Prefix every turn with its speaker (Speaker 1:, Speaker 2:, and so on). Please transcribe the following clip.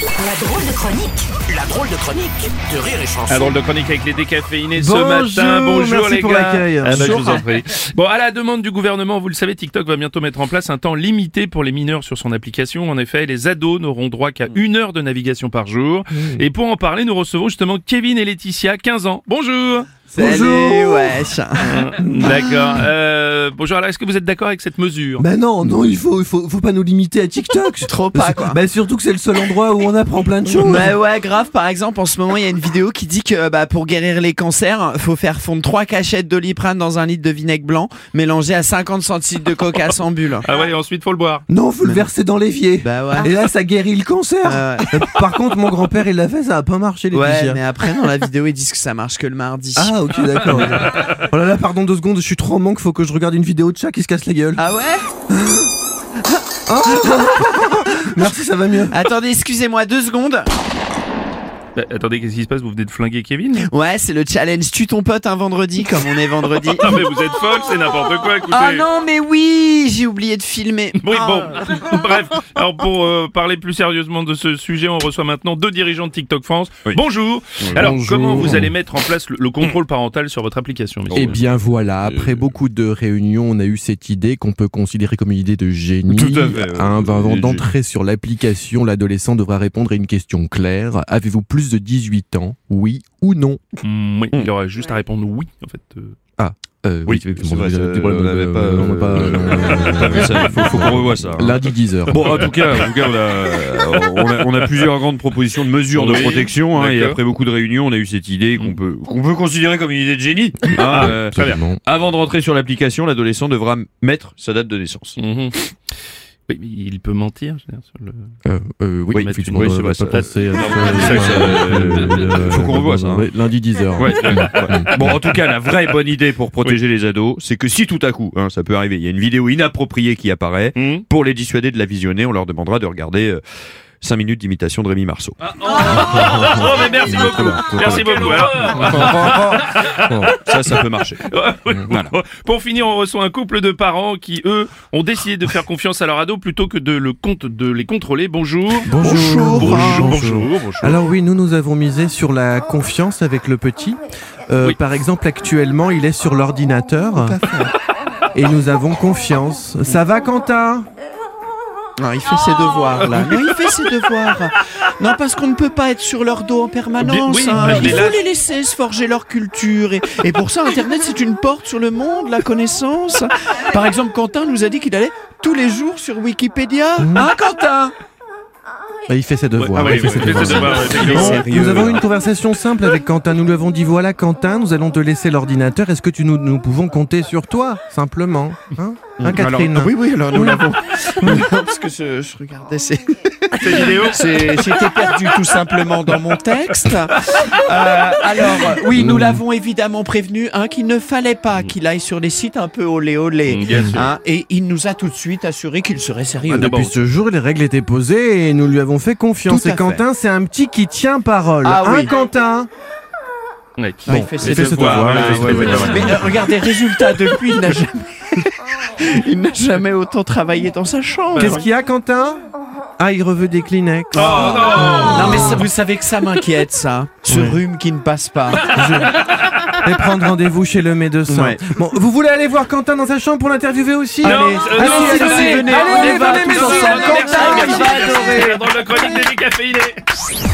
Speaker 1: La drôle de chronique.
Speaker 2: La drôle de chronique de Rire et Chanson.
Speaker 3: Un drôle de chronique avec les décaféinés
Speaker 4: Bonjour,
Speaker 3: ce matin. Bonjour
Speaker 4: merci
Speaker 3: les
Speaker 4: pour
Speaker 3: gars.
Speaker 4: l'accueil.
Speaker 3: Ah bah, je
Speaker 4: Bonjour.
Speaker 3: vous en prie. Bon, à la demande du gouvernement, vous le savez, TikTok va bientôt mettre en place un temps limité pour les mineurs sur son application. En effet, les ados n'auront droit qu'à une heure de navigation par jour. Et pour en parler, nous recevons justement Kevin et Laetitia, 15 ans. Bonjour.
Speaker 4: Salut, wesh
Speaker 3: D'accord. Euh, bonjour. Alors, est-ce que vous êtes d'accord avec cette mesure
Speaker 4: Bah non, non, il faut, il faut, faut pas nous limiter à TikTok Trop
Speaker 5: pas, quoi.
Speaker 4: Bah surtout que c'est le seul endroit où on apprend plein de choses
Speaker 5: Bah ouais, grave. Par exemple, en ce moment, il y a une vidéo qui dit que bah, pour guérir les cancers, faut faire fondre 3 cachettes d'oliprane dans un litre de vinaigre blanc, mélangé à 50 centilitres de coca sans bulle.
Speaker 3: Ah ouais. Et ensuite, faut le boire.
Speaker 4: Non, faut le verser dans l'évier
Speaker 5: Bah ouais.
Speaker 4: Et là, ça guérit le cancer
Speaker 5: Ah ouais.
Speaker 4: Euh, Par contre, mon grand-père, il l'a fait, ça a pas marché les hein.
Speaker 5: Ouais, mais après, dans la vidéo, ils disent que ça marche que le mardi.
Speaker 4: Ah ok d'accord. oh là là pardon deux secondes je suis trop en manque faut que je regarde une vidéo de chat qui se casse la gueule.
Speaker 5: Ah ouais
Speaker 4: Merci ça va mieux.
Speaker 5: Attendez, excusez-moi deux secondes.
Speaker 3: Bah, attendez, qu'est-ce qui se passe Vous venez de flinguer Kevin
Speaker 5: Ouais, c'est le challenge tue ton pote un vendredi, comme on est vendredi.
Speaker 3: Non mais vous êtes folle, c'est n'importe quoi. Écoutez.
Speaker 5: Ah non, mais oui, j'ai oublié de filmer.
Speaker 3: Oui,
Speaker 5: Ah.
Speaker 3: bon, bref. Alors pour euh, parler plus sérieusement de ce sujet, on reçoit maintenant deux dirigeants de TikTok France. Bonjour. Alors comment vous allez mettre en place le, le contrôle parental sur votre application messieurs
Speaker 6: Eh bien
Speaker 5: Euh,
Speaker 6: voilà, après beaucoup de réunions, on a eu cette idée qu'on peut considérer comme une idée de génie.
Speaker 3: Tout à fait, ouais.
Speaker 6: Hein, avant
Speaker 3: Génie.
Speaker 6: d'entrer sur l'application, l'adolescent devra répondre à une question claire. Avez-vous plus de 18 ans Oui ou non
Speaker 3: Mm, oui, il aura juste à répondre oui en fait. Euh,
Speaker 6: Euh,
Speaker 3: Oui,
Speaker 6: bon,
Speaker 7: c'est vrai,
Speaker 6: vous avez
Speaker 7: ça,
Speaker 6: des problèmes
Speaker 7: on
Speaker 6: de-
Speaker 7: n'avait pas,
Speaker 6: euh, on va
Speaker 7: euh,
Speaker 6: euh,
Speaker 7: Pas vu ça, il faut, faut qu'on revoie ça. hein.
Speaker 6: Lundi 10h.
Speaker 7: Bon, en tout cas, en tout cas, on, a, euh, on, a, on a plusieurs grandes propositions de mesures de
Speaker 3: Oui,
Speaker 7: protection. hein, et
Speaker 3: d'accord.
Speaker 7: après beaucoup de réunions, on a eu cette idée qu'on peut, qu'on peut considérer comme une idée de génie. hein, euh,
Speaker 6: Absolument.
Speaker 7: avant de rentrer sur l'application, l'adolescent devra mettre sa date de naissance.
Speaker 3: mhm. Oui, mais il peut mentir. je veux dire, sur le-
Speaker 6: Euh, euh, oui,
Speaker 7: Oui,
Speaker 6: effectivement,
Speaker 7: oui,
Speaker 6: on
Speaker 7: c'est
Speaker 6: va
Speaker 7: vrai,
Speaker 6: pas
Speaker 7: ça.
Speaker 6: passer à
Speaker 7: Ça, ça,
Speaker 4: euh,
Speaker 6: ça.
Speaker 7: euh, faut qu'on revoie ça, hein.
Speaker 6: Ouais, Lundi 10h.
Speaker 7: Ouais, ouais, ouais. Bon, en tout cas, la vraie bonne idée pour protéger les ados, c'est que si tout à coup, hein, ça peut arriver, il y a une vidéo inappropriée qui apparaît,
Speaker 3: Mhm.
Speaker 7: pour les dissuader de la visionner, on leur demandera de regarder 5 minutes d'imitation de Rémi Marceau.
Speaker 3: Oh, mais merci beaucoup. Merci beaucoup. Alors,
Speaker 7: Ça, ça peut marcher. Voilà.
Speaker 3: pour finir, on reçoit un couple de parents qui, eux, ont décidé de faire confiance à leur ado plutôt que de, le compte, de les contrôler. Bonjour.
Speaker 4: Bonjour.
Speaker 3: Bonjour. Bonjour. bonjour.
Speaker 4: Alors oui, nous nous avons misé sur la confiance avec le petit. Euh,
Speaker 3: Oui.
Speaker 4: Par exemple, actuellement, il est sur l'ordinateur. Et nous avons confiance. Ça va, Quentin
Speaker 5: Non, Ah, il fait ses devoirs là. Non, il fait ses devoirs. Non, parce qu'on ne peut pas être sur leur dos en permanence.
Speaker 3: Bien- oui,
Speaker 5: hein.
Speaker 3: mais
Speaker 5: Il
Speaker 3: là-
Speaker 5: faut les laisser se forger leur culture. Et, et pour ça, Internet, c'est une porte sur le monde, la connaissance. Par exemple, Quentin nous a dit qu'il allait tous les jours sur Wikipédia. Hein, Quentin
Speaker 4: Et Il fait ses
Speaker 3: Ouais,
Speaker 4: devoirs.
Speaker 3: ah oui,
Speaker 4: il fait
Speaker 3: oui,
Speaker 4: ses
Speaker 3: oui,
Speaker 4: devoirs.
Speaker 3: c'est vrai, ouais,
Speaker 5: Il est
Speaker 3: effectivement.
Speaker 5: sérieux.
Speaker 4: Nous avons eu une conversation simple avec Quentin. Nous lui avons dit voilà Quentin, nous allons te laisser l'ordinateur. Est-ce que tu nous, nous pouvons compter sur toi simplement Hein, Hein, Catherine
Speaker 5: Mm. Oui, oui, alors nous l'avons. parce que je, je regardais ces,
Speaker 3: Cette vidéo.
Speaker 5: C'est- J'étais perdu tout simplement dans mon texte. Euh, alors, oui, nous l'avons évidemment prévenu hein, qu'il ne fallait pas qu'il aille sur les sites un peu olé
Speaker 3: Mm,
Speaker 5: olé.
Speaker 3: bien sûr.
Speaker 5: Hein, et il nous a tout de suite assuré qu'il serait sérieux.
Speaker 4: Depuis ce jour, les règles étaient posées et nous lui avons fait confiance.
Speaker 5: Tout à
Speaker 4: Et Quentin, c'est un petit qui tient parole.
Speaker 5: Ah
Speaker 4: hein,
Speaker 5: oui.
Speaker 4: Quentin
Speaker 3: Ouais.
Speaker 5: Ah, il fait ses
Speaker 3: Il fait ses
Speaker 5: devoirs.
Speaker 3: devoirs,
Speaker 5: Ah,
Speaker 3: il fait ses
Speaker 5: ouais, ouais,
Speaker 3: devoirs.
Speaker 5: ouais. Mais euh, regardez, résultat, depuis, il n'a jamais... il n'a jamais autant travaillé dans sa chambre.
Speaker 4: Qu'est-ce qu'il y a, Quentin Ah, il reveut des Kleenex.
Speaker 3: Oh, non.
Speaker 5: Non mais ça- vous savez que ça m'inquiète ça, ce
Speaker 4: Ouais.
Speaker 5: rhume qui ne passe pas.
Speaker 4: Et prendre rendez-vous chez le médecin.
Speaker 5: Ouais.
Speaker 4: Bon, vous voulez aller voir Quentin dans sa chambre pour l'interviewer aussi
Speaker 3: Non, euh,
Speaker 5: Allez, allez,
Speaker 3: non,
Speaker 5: allez,
Speaker 3: allez,
Speaker 5: allez, venez,
Speaker 4: allez,
Speaker 5: on y va
Speaker 4: venez,
Speaker 5: tous
Speaker 4: messieurs,
Speaker 5: ensemble.
Speaker 4: allez,
Speaker 5: Quentin,
Speaker 4: allez,
Speaker 5: il va adorer.
Speaker 3: Dans le chronique des décaféinés.